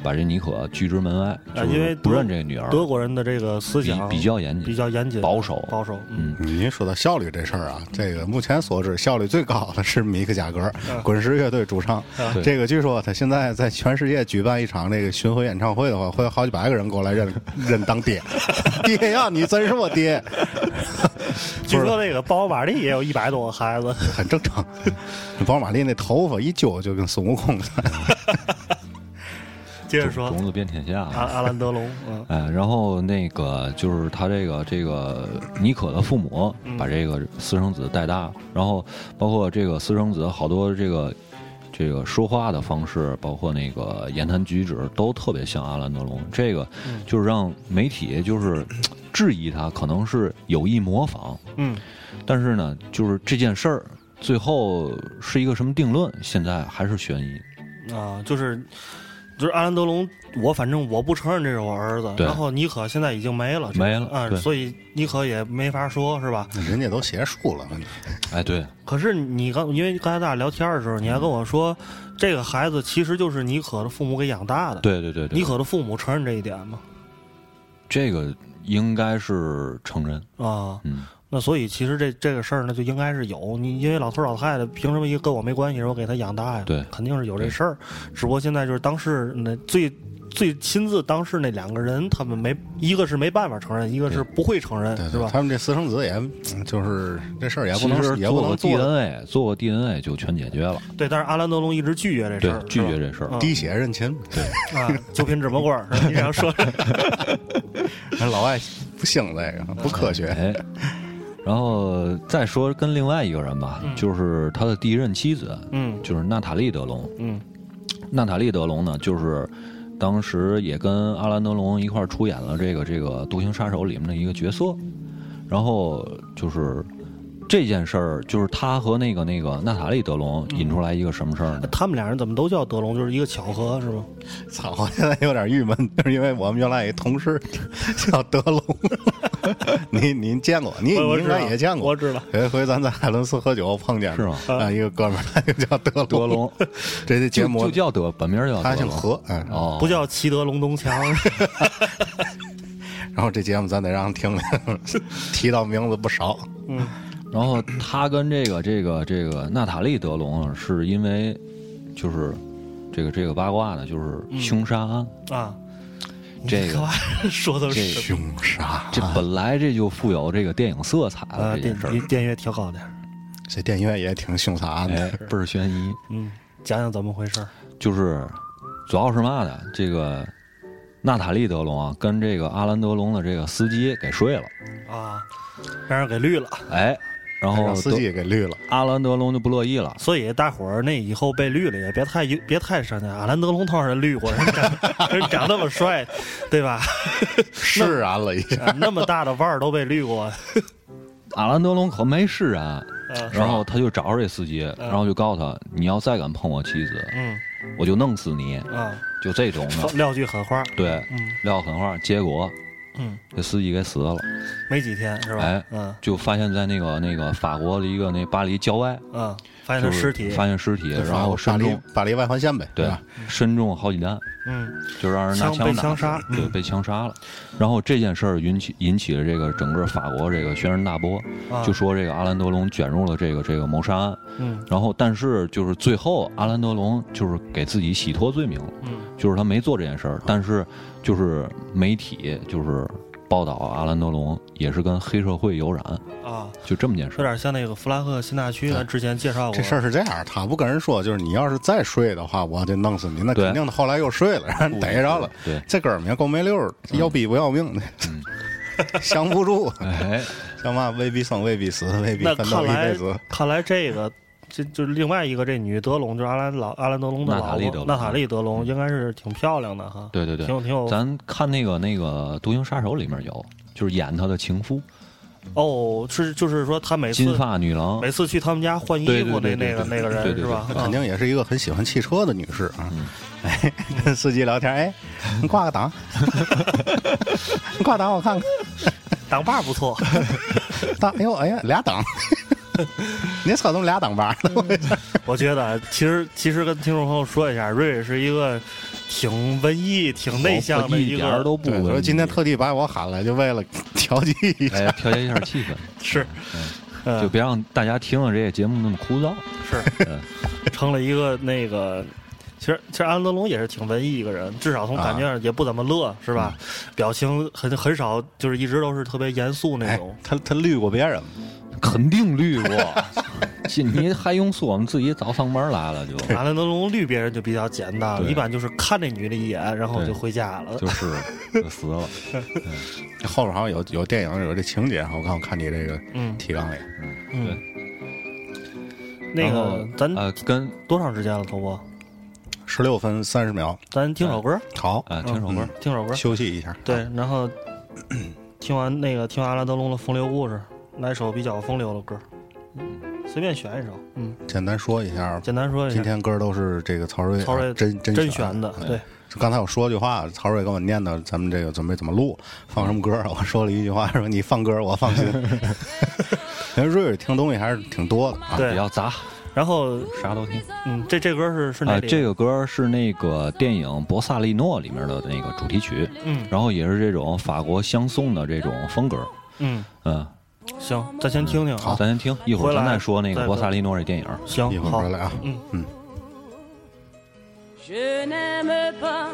Speaker 3: 把这尼可拒之门外，
Speaker 2: 啊
Speaker 3: 就
Speaker 2: 因为
Speaker 3: 是不
Speaker 2: 德
Speaker 3: 认这个女儿，
Speaker 2: 德国人的这个思
Speaker 3: 比
Speaker 2: 想
Speaker 3: 比较严
Speaker 2: 比
Speaker 3: 谨，
Speaker 2: 较严谨，
Speaker 3: 保守
Speaker 2: 保守，嗯，
Speaker 1: 您说到效率这事儿
Speaker 3: 嗯
Speaker 1: 啊，这个目前所知效率最高的是米克贾格，滚石乐队主唱。
Speaker 3: 嗯对
Speaker 1: 这个据说他现在在全世界举办一场这个巡回演唱会的话，会有好几百个人过来
Speaker 3: <laughs>
Speaker 1: 认认当爹，爹呀，你真是我爹，
Speaker 2: 据说那个鲍尔马利也有一百多个孩子，
Speaker 1: 很正常。 <laughs> 宝马丽那头发一揪就跟孙悟空似的。 <laughs>
Speaker 2: 接着说
Speaker 3: 种子遍天下啊
Speaker 2: 阿阿兰德龙，嗯
Speaker 3: 哎，然后那个就是他这个这个尼可的父母把这个私生子带大，然后包括这个私生子好多这个这个说话的方式，包括那个言谈举止都特别像阿兰德龙，这个就是让媒体就是嘖质疑他可能是有意模仿，
Speaker 2: 嗯，
Speaker 3: 但是呢，就是这件事儿最后是一个什么定论，现在还是悬疑。
Speaker 2: 啊，就是就是阿兰德龙，我反正我不承认这是我儿子。
Speaker 3: 对
Speaker 2: 然后尼可现在已经没了，
Speaker 3: 没了
Speaker 2: 啊，
Speaker 3: 对
Speaker 2: 所以尼可也没法说，是吧？
Speaker 1: 人家都写书了，
Speaker 3: 哎，对，
Speaker 2: 可是你刚因为刚才咱俩聊天的时候，你还跟我说，这个孩子其实就是尼可的父母给养大的。，
Speaker 3: 对对对对，
Speaker 2: 尼可的父母承认这一点吗？
Speaker 3: 这个应该是承认，
Speaker 2: 啊，
Speaker 3: 嗯。
Speaker 2: 那所以其实这这个事儿呢，就应该是有你，因为老头老太太凭什么一个跟我没关系，我给他养大呀？
Speaker 3: 对
Speaker 2: 肯定是有这事儿。只不过现在就是当事那最最亲自当事那两个人，他们没一个是没办法承认，一个是不会承认，
Speaker 1: 对
Speaker 2: 是
Speaker 1: 对，
Speaker 2: 吧？
Speaker 1: 他们这私生子也嗯就是这事儿也不
Speaker 3: 其
Speaker 1: 能
Speaker 3: 实
Speaker 1: 也不
Speaker 3: 做
Speaker 1: 能
Speaker 3: 个
Speaker 1: 做得
Speaker 3: DNA，做个 DNA 就全解决了，
Speaker 2: 对，但是阿兰德龙一直拒绝这事
Speaker 3: 对
Speaker 2: 儿，，
Speaker 3: 拒绝
Speaker 2: 是
Speaker 3: 这事儿
Speaker 2: 嗯。
Speaker 1: 滴血认亲，
Speaker 2: 吧啊，九品芝麻官儿，是吧你想说
Speaker 3: <laughs>
Speaker 1: 人老外 <laughs> 不兴这个，不科学。
Speaker 3: 哎，然后再说跟另外一个人
Speaker 1: 嗯
Speaker 3: 吧，就是他的第一任妻子，
Speaker 2: 嗯
Speaker 3: 就是娜塔莉·德隆。
Speaker 2: 嗯
Speaker 3: 娜塔莉·德隆呢，就是当时也跟阿兰·德隆一块儿出演了这个这个《独行杀手》里面的一个角色。然后就是这件事儿，就是他和那个那个娜塔莉·德隆引出来一个什么事
Speaker 1: 嗯
Speaker 3: 儿呢？
Speaker 2: <laughs> 他们俩人怎么都叫德龙，就是一个巧合，是吗？
Speaker 1: 操！我现在有点郁闷， <laughs> 就是因为我们原来有一同事叫德龙， <laughs> 你您见过？你
Speaker 2: 我我
Speaker 1: 你
Speaker 2: 知
Speaker 1: 应
Speaker 2: 道
Speaker 1: 该也见过。
Speaker 2: 我知道。
Speaker 1: 有一回咱在海伦斯喝酒碰见
Speaker 3: 是吗
Speaker 1: 啊，一个哥们儿，他就叫德龙。
Speaker 3: 德龙，
Speaker 1: <laughs> 这这节
Speaker 3: 就
Speaker 1: 目
Speaker 3: 就叫德，本名叫德隆。
Speaker 1: 他姓何，嗯，
Speaker 3: 哦，
Speaker 2: 不叫齐德隆东
Speaker 3: <laughs>
Speaker 2: 强，
Speaker 1: 然后这节目咱得让人听听，提到名字不少。
Speaker 3: 然后他跟这个这个这个娜塔莉·德隆啊，是因为就是这个这个八卦呢，就是凶杀案。
Speaker 2: 啊， <laughs>
Speaker 3: 这
Speaker 2: 你他
Speaker 3: 个
Speaker 2: 妈说的
Speaker 3: 这
Speaker 2: 是
Speaker 1: 凶杀，
Speaker 3: 这本来这就富有这个电影色彩
Speaker 2: 啊，
Speaker 3: 了，这
Speaker 2: 电
Speaker 3: 件事儿，
Speaker 2: 离电乐调高点儿，
Speaker 1: 这电影院也挺凶杀的。
Speaker 3: 哎，倍儿悬疑。
Speaker 2: 嗯，讲讲怎么回事儿
Speaker 3: 就是主要是嘛呢？这个娜塔莉·德隆啊，跟这个阿兰·德隆的这个司机给睡了，
Speaker 2: 啊，让人给绿了，
Speaker 3: 哎，哦然后
Speaker 1: 让司机给绿了，
Speaker 3: 德阿兰·德隆就不乐意了，
Speaker 2: 所以大伙儿那以后被绿了也别太别太伤心，阿兰德龙头上绿过，人长人长那么帅，对吧？
Speaker 1: 释然了一下。
Speaker 2: 啊那么大的腕儿都被绿过，
Speaker 3: 阿兰·德隆可没释然。
Speaker 2: 嗯
Speaker 3: 然后他就找着这司机，然后就告诉他：“你要再敢碰我妻子，
Speaker 2: 嗯
Speaker 3: 我就弄死你。”
Speaker 2: 啊，，
Speaker 3: 就这种的
Speaker 2: 撂句狠话，
Speaker 3: 对，撂狠话，结果
Speaker 2: 嗯，
Speaker 3: 这司机给死了，
Speaker 2: 没几天是吧？
Speaker 3: 哎
Speaker 2: 嗯
Speaker 3: 就发现在那个那个法国的一个那巴黎郊外，
Speaker 2: 嗯，发现他
Speaker 3: 就是
Speaker 2: 尸体，
Speaker 3: 发现尸体，然后
Speaker 1: 巴
Speaker 3: 身
Speaker 1: 黎
Speaker 3: 中，
Speaker 1: 巴黎外环线呗，
Speaker 3: 对
Speaker 1: 吧？，
Speaker 3: 身中好几弹，
Speaker 2: 嗯
Speaker 3: 就让人拿
Speaker 2: 枪被
Speaker 3: 枪打
Speaker 2: 枪杀嗯
Speaker 3: 对，被枪杀了。然后这件事儿引起引起了这个整个法国这个轩然大波，
Speaker 2: 啊
Speaker 3: 就说这个阿兰德龙卷入了这个这个谋杀案。
Speaker 2: 嗯
Speaker 3: 然后，但是就是最后阿兰德龙就是给自己洗脱罪名了，
Speaker 2: 嗯
Speaker 3: 就是他没做这件事儿，但是就是媒体就是报道阿兰德龙也是跟黑社会有染，
Speaker 2: 啊，
Speaker 3: 就这么件事
Speaker 2: 有
Speaker 3: 儿。
Speaker 2: 点像那个弗拉赫辛纳区，咱之前介
Speaker 3: 哦
Speaker 2: 绍过
Speaker 1: 这事儿是这样，他不跟人说，就是你要是再睡的话，我就弄死你。那
Speaker 3: 对嗯
Speaker 1: 肯定的，后来又睡了，让人逮着了。
Speaker 3: 对，嗯
Speaker 1: 这哥们儿也够没溜儿，要逼不要命的， <laughs> 降不住，
Speaker 3: 哎，
Speaker 1: 像嘛未必生，未必死，未必
Speaker 2: 那
Speaker 1: 奋
Speaker 2: 看
Speaker 1: 斗一
Speaker 2: 来
Speaker 1: 辈子。，
Speaker 2: 看来这个这就是另外一个这女德隆，就是阿兰老阿兰德隆的
Speaker 3: 娜
Speaker 2: 老
Speaker 3: 塔莉
Speaker 2: 婆
Speaker 3: 德隆嗯
Speaker 2: 娜塔莉德隆，应该是挺漂亮的哈。
Speaker 3: 对对
Speaker 2: 挺有
Speaker 3: 对，
Speaker 2: 挺有
Speaker 3: 咱看那个那个《独行杀手》里面有，就是演他的情夫，
Speaker 2: 哦，是就是说他每
Speaker 3: 金
Speaker 2: 次
Speaker 3: 发女郎
Speaker 2: 每，次去他们家换衣
Speaker 3: 对
Speaker 2: 服那
Speaker 3: 对对
Speaker 2: 那
Speaker 3: 对
Speaker 2: 个那个
Speaker 3: 对
Speaker 2: 人
Speaker 3: 对
Speaker 2: 是吧？
Speaker 3: 对
Speaker 2: 啊
Speaker 1: 肯定也是一个很喜欢汽车的女士啊。哎，跟司机聊天，哎，你挂个档， <laughs> 你挂档我看看，
Speaker 2: 挡把儿不错， <laughs>
Speaker 1: 档，哎呦，哎呀，俩档， <laughs> 你车怎么俩档把儿呢？
Speaker 2: 我觉得啊其实其实跟听众朋友说一下，瑞瑞是一个挺文艺、挺内向
Speaker 3: 我
Speaker 2: 的
Speaker 3: 一点
Speaker 2: 个
Speaker 3: 儿，都不
Speaker 1: 对，
Speaker 3: 文艺。
Speaker 1: 我说今天特地把我喊来，就为了调剂一
Speaker 3: 哎
Speaker 1: 下。
Speaker 3: 呀调节一下气氛，
Speaker 2: 是， <laughs> 嗯
Speaker 3: 就别让大家听了这些节目那么枯燥。
Speaker 2: 是
Speaker 3: 嗯，
Speaker 2: 成了一个那个。其实，其实安德龙也是挺文艺一个人，至少从感觉
Speaker 3: 啊
Speaker 2: 上也不怎么乐，是吧？
Speaker 3: 嗯
Speaker 2: 表情很很少，就是一直都是特别严肃那
Speaker 1: 哎
Speaker 2: 种。，
Speaker 1: 他他绿过啊别人吗？
Speaker 3: 肯定绿 <laughs> 过，这你还用说？我们自己早上班来了就，
Speaker 2: 安德龙绿别人就比较简单，
Speaker 3: 哎对
Speaker 2: 一般就是看这女的一眼，然后
Speaker 3: 对
Speaker 2: 就回家了。
Speaker 3: <laughs> 就是就死了。
Speaker 1: 后边好像有有电影有这情节，啊我看我看你这个
Speaker 2: 嗯
Speaker 1: 提纲里，
Speaker 2: 嗯
Speaker 3: 对，
Speaker 2: <laughs> 那
Speaker 3: 然后
Speaker 2: 个咱
Speaker 3: 呃跟
Speaker 2: 多长时间了，头发？
Speaker 1: 十六分三十秒，
Speaker 2: 咱听首歌，
Speaker 1: 好，
Speaker 3: 啊听首歌
Speaker 1: 嗯，
Speaker 2: 听首歌。
Speaker 1: 休息一下。
Speaker 2: 对，然
Speaker 3: <clears throat>
Speaker 2: 后听完那个听完阿拉德龙的风流故事，来首比较风流的歌，嗯，随便选一首，嗯，
Speaker 1: 简单说一下，
Speaker 2: 简单说一
Speaker 1: 今
Speaker 2: 下，
Speaker 1: 天歌都是这个曹睿
Speaker 2: 曹睿
Speaker 1: 啊真真
Speaker 2: 甄
Speaker 1: 选
Speaker 2: 选的，对，
Speaker 1: 刚才我说句话，曹睿跟我念叨咱们这个准备怎么录，放什么歌，啊 <laughs> 我说了一句话，说你放歌我
Speaker 3: <laughs>
Speaker 1: 放心。因为瑞瑞听东西还是挺多的啊，
Speaker 2: 对
Speaker 3: 比较杂，
Speaker 2: 然后
Speaker 3: 啥都听。
Speaker 2: 嗯，这这歌是是哪
Speaker 3: 啊，
Speaker 2: 里的？
Speaker 3: 这个歌是那个电影《博萨利诺》里面的那个主题曲，
Speaker 2: 嗯
Speaker 3: 然后也是这种法国相送的这种风格。
Speaker 2: 嗯，
Speaker 3: 嗯，
Speaker 2: 行，咱先听听啊，
Speaker 3: 咱先听一会儿，咱再说那
Speaker 2: 回
Speaker 3: 个
Speaker 2: 来
Speaker 3: 《博萨利诺》这电影。
Speaker 1: 一
Speaker 2: 行，
Speaker 1: 会
Speaker 2: 好
Speaker 1: 儿回，来啊。
Speaker 4: Je n'aime pas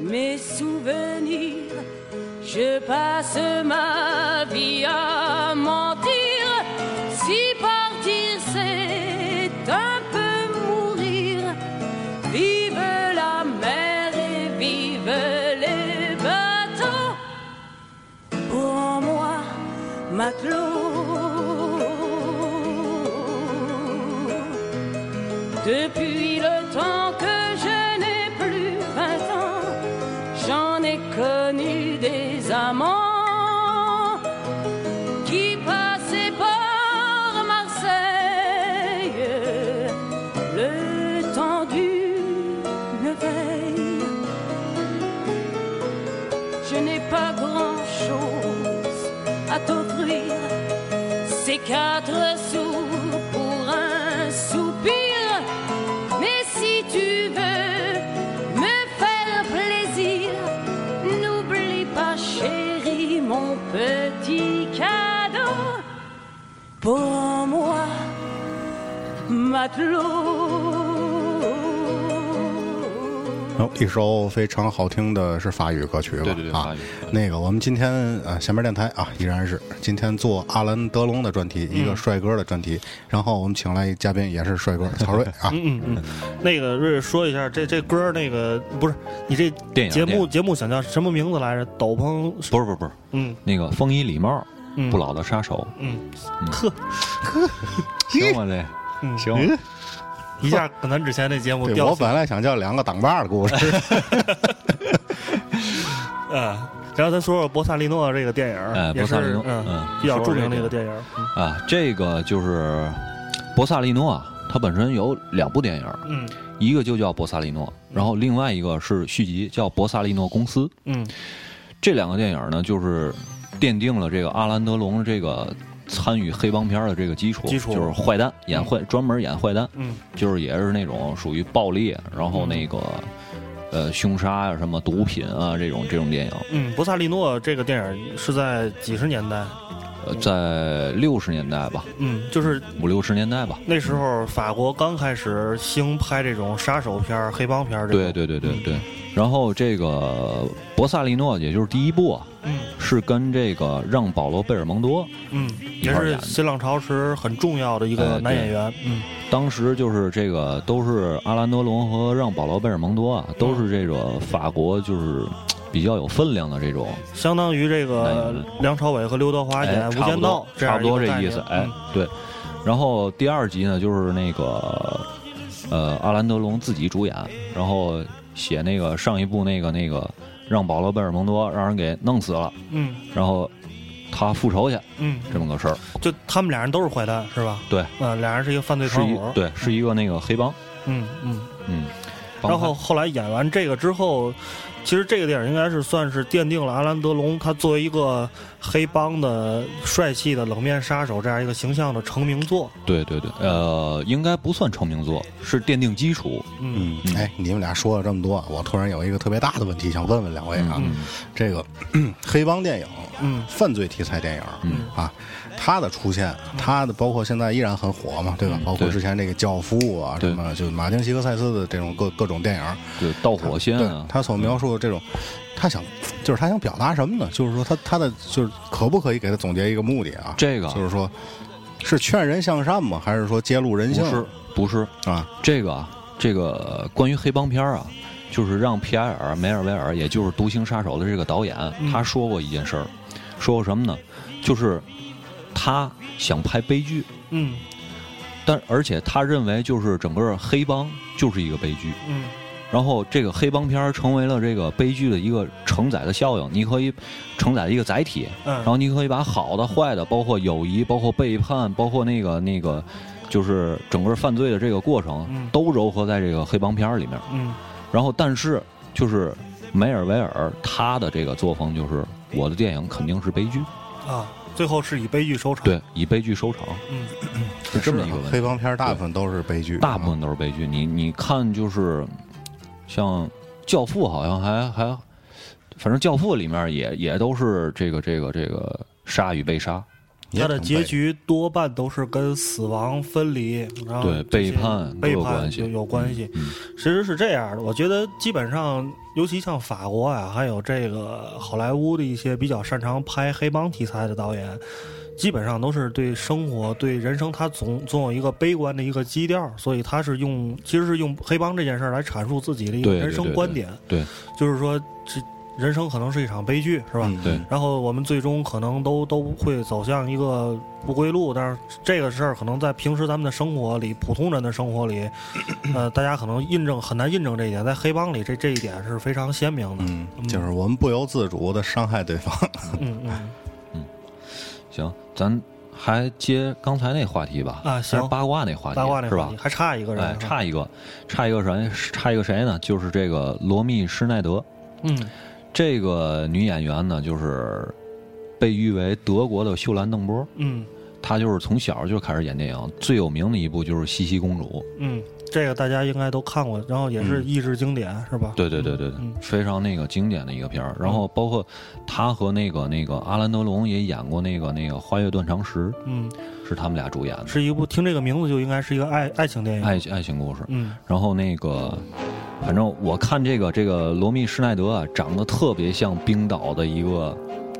Speaker 4: mes souvenirs. Je passe ma vie à mentir. Si partir c'est un peu mourir, vive la mer et vive les bateaux. Pour moi, matelot. Depuis le temps que je n'ai plus vingt ans, j'en ai connu des amants qui passaient par Marseille le temps d'une veille. Je n'ai pas grand-chose à t'offrir ces quatre sous pour un soupir. Mais si tu veux me faire plaisir, n'oublie pas, chérie, mon petit cadeau pour moi, matelot.
Speaker 1: 然后哦一首非常好听的是法语歌曲吧？
Speaker 3: 对对对
Speaker 1: 啊
Speaker 3: 法语法语
Speaker 1: 那个我们今天呃，前面电台啊，依然是今天做阿兰德龙的专题，一
Speaker 3: 嗯
Speaker 1: 个帅哥的专题。然后我们请来一嘉宾也是帅哥曹睿
Speaker 3: <laughs>
Speaker 1: 啊，
Speaker 2: 嗯嗯嗯，那个瑞瑞说一下，这这歌那个不是你这
Speaker 3: 电影
Speaker 2: 节
Speaker 3: 电
Speaker 2: 目
Speaker 3: 影
Speaker 2: 节目想叫什么名字来着？斗篷，
Speaker 3: 不是不是不是，
Speaker 2: 嗯
Speaker 3: 那个风衣礼帽，
Speaker 2: 嗯
Speaker 3: 不老的杀手，嗯
Speaker 2: 嗯，
Speaker 3: 行吗？这
Speaker 2: 嗯
Speaker 3: 行吗，
Speaker 2: 一下跟咱之前那节
Speaker 1: <laughs>
Speaker 2: 目
Speaker 1: 对
Speaker 2: 调
Speaker 1: 我
Speaker 2: 起来
Speaker 1: 本来想叫两个挡把儿的故事，
Speaker 2: 啊，然后咱说说博萨利诺这个电影儿，
Speaker 3: 哎
Speaker 2: 也
Speaker 3: 博萨利
Speaker 2: 是
Speaker 3: 诺
Speaker 2: 嗯
Speaker 3: 嗯
Speaker 2: 比较著名的一个
Speaker 3: 说说这个
Speaker 2: 电影儿，嗯
Speaker 3: 啊，这个就是博萨利诺啊，它本身有两部电影，
Speaker 2: 嗯
Speaker 3: 一个就叫《博萨利诺》，然后另外一个是续集叫《博萨利诺公司》。
Speaker 2: 嗯
Speaker 3: 这两个电影呢，就是奠定了这个阿兰德龙这个参与黑帮片的这个基础，
Speaker 2: 基础
Speaker 3: 就是坏蛋演坏，专门演坏蛋，
Speaker 2: 嗯
Speaker 3: 就是也是那种属于暴力，然后那个呃凶杀呀、什么毒品啊这种这种电影。
Speaker 2: 嗯，博萨利诺这个电影儿是在几十年代，
Speaker 3: 呃，在六十年代吧，
Speaker 2: 嗯，就是
Speaker 3: 五六十年代吧。
Speaker 2: 那时候法国刚开始兴拍这种杀手片儿、黑帮片儿这
Speaker 3: 对
Speaker 2: 种，
Speaker 3: 对对对对。然后这个博萨利诺，也就是第一部啊，
Speaker 2: 嗯
Speaker 3: 是跟这个让保罗贝尔蒙多
Speaker 2: 嗯，
Speaker 3: 一
Speaker 2: 也
Speaker 3: 块儿
Speaker 2: 是
Speaker 3: 演的
Speaker 2: 新浪潮时很重要的一个
Speaker 3: 哎
Speaker 2: 男
Speaker 3: 对
Speaker 2: 演员，嗯
Speaker 3: 当时就是这个都是阿兰德龙和让保罗贝尔蒙多啊，都是这个法国就是比较有分量的这种，
Speaker 2: 相当于这个
Speaker 3: 男演
Speaker 2: 梁朝伟和刘德华演
Speaker 3: 哎
Speaker 2: 《啊
Speaker 3: 差
Speaker 2: 无
Speaker 3: 不
Speaker 2: 间道
Speaker 3: 多》
Speaker 2: 这
Speaker 3: 差
Speaker 2: 样
Speaker 3: 不
Speaker 2: 一个
Speaker 3: 多这
Speaker 2: 概
Speaker 3: 意
Speaker 2: 念
Speaker 3: 思，哎
Speaker 2: 嗯，
Speaker 3: 对。然后第二集呢，就是那个呃阿兰德龙自己主演，然后写那个上一部那个那个让保罗贝尔蒙多让人给弄死了，
Speaker 2: 嗯
Speaker 3: 然后他复仇去，
Speaker 2: 嗯，
Speaker 3: 这么个事儿。
Speaker 2: 就他们俩人都是坏蛋，是吧？
Speaker 3: 对，
Speaker 2: 嗯，俩人是一个犯罪
Speaker 3: 是
Speaker 2: 团
Speaker 3: 一
Speaker 2: 伙。，
Speaker 3: 对，是一个那个黑帮，
Speaker 2: 嗯嗯。
Speaker 3: 嗯。帮
Speaker 2: 然后后来演完这个之后，其实这个电影应该是算是奠定了阿兰·德龙他作为一个黑帮的帅气的冷面杀手这样一个形象的成名作。
Speaker 3: 派对对对，呃，应该不算成名作，是奠定基础。
Speaker 2: 嗯
Speaker 1: 嗯，哎，你们俩说了这么多，啊我突然有一个特别大的问题想问问两位啊，
Speaker 3: 嗯
Speaker 1: 这个 <clears throat> 咳黑帮电影，
Speaker 2: 嗯，
Speaker 1: 犯罪题材电影，嗯啊，它的出现，它的包括现在依然很火嘛，对吧？包括
Speaker 3: 嗯对
Speaker 1: 之前这个《教父》啊，
Speaker 3: 对
Speaker 1: 什么就马丁·西克塞斯的这种各各种电影，
Speaker 3: 对，盗火线
Speaker 1: 对
Speaker 3: 啊，
Speaker 1: 他所描述的这种，他想就是他想表达什么呢？就是说他他的就是可不可以给他总结一个目的啊？
Speaker 3: 这个
Speaker 1: 就是说是劝人向善吗？还是说揭露人性
Speaker 3: 不是不是
Speaker 1: 啊？
Speaker 3: 这个啊，这个关于黑帮片儿啊，就是让皮埃尔·梅尔维尔，也就是《独行杀手》的这个导演，
Speaker 1: 嗯
Speaker 3: 他说过一件事儿，说过什么呢？就是他想拍悲剧，
Speaker 2: 嗯
Speaker 3: 但而且他认为就是整个黑帮就是一个悲剧，
Speaker 2: 嗯
Speaker 3: 然后这个黑帮片儿成为了这个悲剧的一个承载的效应，你可以承载的一个载体，
Speaker 2: 嗯
Speaker 3: 然后你可以把好的、坏的，包括友谊、包括背叛、包括那个那个，就是整个犯罪的这个过
Speaker 2: 嗯
Speaker 3: 程，都糅合在这个黑帮片儿里面。
Speaker 2: 嗯
Speaker 3: 然后，但是就是梅尔维尔他的这个作风就是，我的电影肯定是悲剧，
Speaker 2: 啊，最后是以悲剧收场。，
Speaker 3: 对，以悲剧收场，
Speaker 2: 嗯
Speaker 3: 是这么一个问
Speaker 1: 啊黑
Speaker 3: 题。
Speaker 1: 帮片儿大部分都是悲剧，嗯
Speaker 3: 大部分都是悲剧，你你看就是，像《教父》好像还还，反正《教父》里面也也都是这个这个这个杀与被杀，
Speaker 1: 也
Speaker 2: 他的
Speaker 1: 挺
Speaker 2: 结
Speaker 1: 悲
Speaker 2: 局多半都是跟死亡、分离，然后
Speaker 3: 对
Speaker 2: 这些
Speaker 3: 背叛都
Speaker 2: 背
Speaker 3: 有
Speaker 2: 叛
Speaker 3: 关系
Speaker 2: 有有关系。
Speaker 3: 嗯
Speaker 2: 其实是这样的，我觉得基本上，尤其像法国啊，还有这个好莱坞的一些比较擅长拍黑帮题材的导演，基本上都是对生活、对人生，他总总有一个悲观的一个基调，所以他是用其实是用黑帮这件事儿来阐述自己的一个
Speaker 3: 对对
Speaker 2: 人生
Speaker 3: 对
Speaker 2: 观点，
Speaker 3: 对
Speaker 2: 就是说这人生可能是一场悲剧，是吧？
Speaker 1: 嗯
Speaker 3: 对
Speaker 2: 然后我们最终可能都都会走向一个不归路，但是这个事儿可能在平时咱们的生活里，普通人的生活
Speaker 3: <coughs>
Speaker 2: 里，呃，大家可能印证很难印证这一点，在黑帮里这这一点是非常鲜明的。
Speaker 1: 嗯，就是我们不由自主的伤害对方。
Speaker 2: 嗯嗯
Speaker 3: 行，咱还接刚才那话题吧。
Speaker 2: 啊行
Speaker 3: 还是八卦那话题，
Speaker 2: 八卦那
Speaker 3: 哎是
Speaker 2: 个
Speaker 3: 吧
Speaker 2: 话题？还差一个人，
Speaker 3: 哎，差一个，差一个谁？差一个谁呢？就是这个罗密施耐德
Speaker 2: 嗯
Speaker 3: 这个女演员呢，就是被誉为德国的秀兰邓波。
Speaker 2: 嗯
Speaker 3: 她就是从小就开始演电影，最有名的一部就是《茜茜公主》。
Speaker 2: 嗯，这个大家应该都看过，然后也是励志经典，是吧？
Speaker 3: 对对对对对，
Speaker 2: 嗯
Speaker 3: 非常那个经典的一个片儿。然后包括她和那个那个阿兰德龙也演过那个那个《花月断肠时
Speaker 2: 嗯，》，
Speaker 3: 是他们俩主演的
Speaker 2: 是一部听这个名字就应该是一个爱爱情电影。
Speaker 3: 爱爱情故事。
Speaker 2: 嗯
Speaker 3: 然后那个，反正我看这个这个罗密施耐德啊，长得特别像冰岛的一个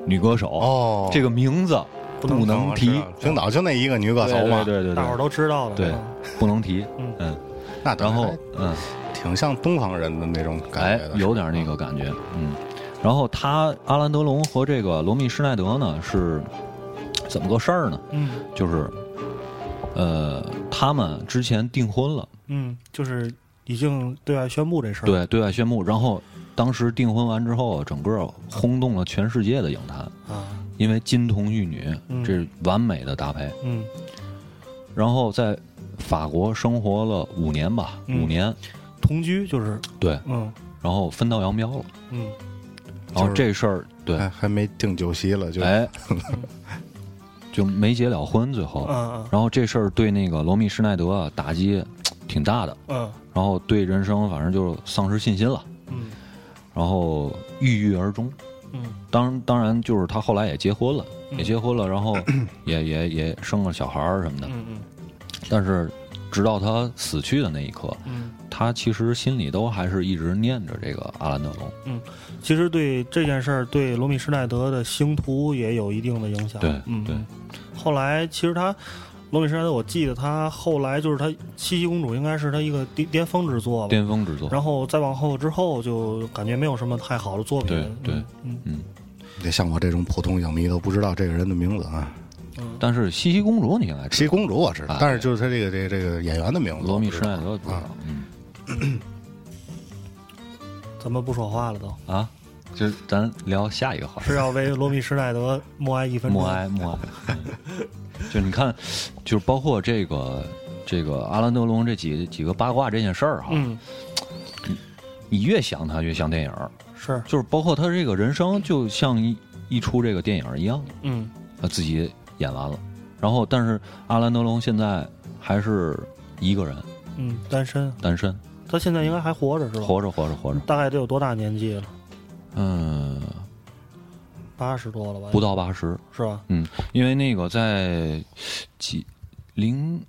Speaker 3: 女歌手，
Speaker 1: 哦
Speaker 3: 这个名字不能啊提，
Speaker 1: 冰岛就那一个女歌
Speaker 3: 对
Speaker 1: 手嘛，
Speaker 3: 对对对
Speaker 2: 大伙儿
Speaker 3: 对，
Speaker 2: 都知道的。
Speaker 3: 对
Speaker 2: 嗯
Speaker 3: 不能提，
Speaker 2: 嗯
Speaker 3: 嗯，
Speaker 1: 那当 <laughs>
Speaker 3: 然后
Speaker 1: 还
Speaker 3: 嗯，
Speaker 1: 挺像东方人的那种
Speaker 3: 哎
Speaker 1: 感觉的，，
Speaker 3: 有点那个感觉，嗯，然后他阿兰德龙和这个罗密施耐德呢是怎么个事儿呢？
Speaker 2: 嗯
Speaker 3: 就是，呃，他们之前订婚了。
Speaker 2: 嗯，就是已经对外宣布这事儿。
Speaker 3: 对对外宣布，然后当时订婚完之后，整个轰动了全世界的影坛，
Speaker 2: 啊，
Speaker 3: 因为金童玉女
Speaker 2: 嗯
Speaker 3: 这是完美的搭配。
Speaker 2: 嗯。
Speaker 3: 然后在法国生活了五年吧，
Speaker 2: 嗯
Speaker 3: 五年，
Speaker 2: 同居就是，
Speaker 3: 对，
Speaker 2: 嗯
Speaker 3: 然后分道扬镳了。
Speaker 2: 嗯
Speaker 3: 然
Speaker 1: 就
Speaker 3: 后
Speaker 1: 是
Speaker 3: 这事儿，对，
Speaker 1: 还还没定酒席了，就
Speaker 3: 哎， <laughs> 就没结了婚，最后。
Speaker 2: 嗯
Speaker 3: 然后这事儿对那个罗密施耐德啊打击挺大的，
Speaker 2: 嗯
Speaker 3: 然后对人生反正就丧失信心了，
Speaker 2: 嗯
Speaker 3: 然后郁郁而终。
Speaker 2: 嗯
Speaker 3: 当当然，就是他后来也结婚了，
Speaker 2: 嗯
Speaker 3: 也结婚了，
Speaker 2: <clears throat>
Speaker 3: 然后也也也生了小孩儿什么的。
Speaker 2: 嗯
Speaker 3: 但是，直到他死去的那一刻，
Speaker 2: 嗯
Speaker 3: 他其实心里都还是一直念着这个阿兰德龙。
Speaker 2: 嗯，其实对这件事儿，对罗密施耐德的星途也有一定的影响。
Speaker 3: 对
Speaker 2: 嗯
Speaker 3: 对。
Speaker 2: 后来其实他罗密施耐德，我记得他后来就是他《茜茜公主》应该是他一个巅巅峰之作吧。
Speaker 3: 巅峰之作。
Speaker 2: 然后再往后之后，就感觉没有什么太好的作品。
Speaker 3: 对对
Speaker 2: 嗯，
Speaker 3: 嗯，
Speaker 1: 得像我这种普通影迷都不知道这个人的名字啊。
Speaker 3: 但是茜茜公主你应该知
Speaker 1: 西公主我知道
Speaker 3: 啊，
Speaker 1: 但是就是她这个这个这个演员的名
Speaker 3: 道，
Speaker 1: 字，
Speaker 3: 罗密施耐德不知道
Speaker 1: 啊
Speaker 3: 嗯
Speaker 2: 嗯，咱们不说话了都。
Speaker 3: 啊，就是咱聊下一个话题
Speaker 2: 是。要为罗密施耐德默哀一分钟。
Speaker 3: 默哀，默哀。 <laughs> 就你看，就是包括这个这个阿兰德龙这几几个八卦这件事儿哈，
Speaker 2: 嗯，
Speaker 3: 你越想他越像电影儿，
Speaker 2: 是，
Speaker 3: 就是包括他这个人生就像一一出这个电影儿一样，
Speaker 2: 嗯，
Speaker 3: 他自己演完了，然后但是阿兰德龙现在还是一个人
Speaker 2: 嗯，单身，
Speaker 3: 单身，
Speaker 2: 他现在应该还活着是吧？
Speaker 3: 活着活着活着，
Speaker 2: 大概得有多大年纪了？
Speaker 3: 嗯，
Speaker 2: 八十多了吧？
Speaker 3: 不到八十，
Speaker 2: 是吧？
Speaker 3: 嗯，因为那个在几零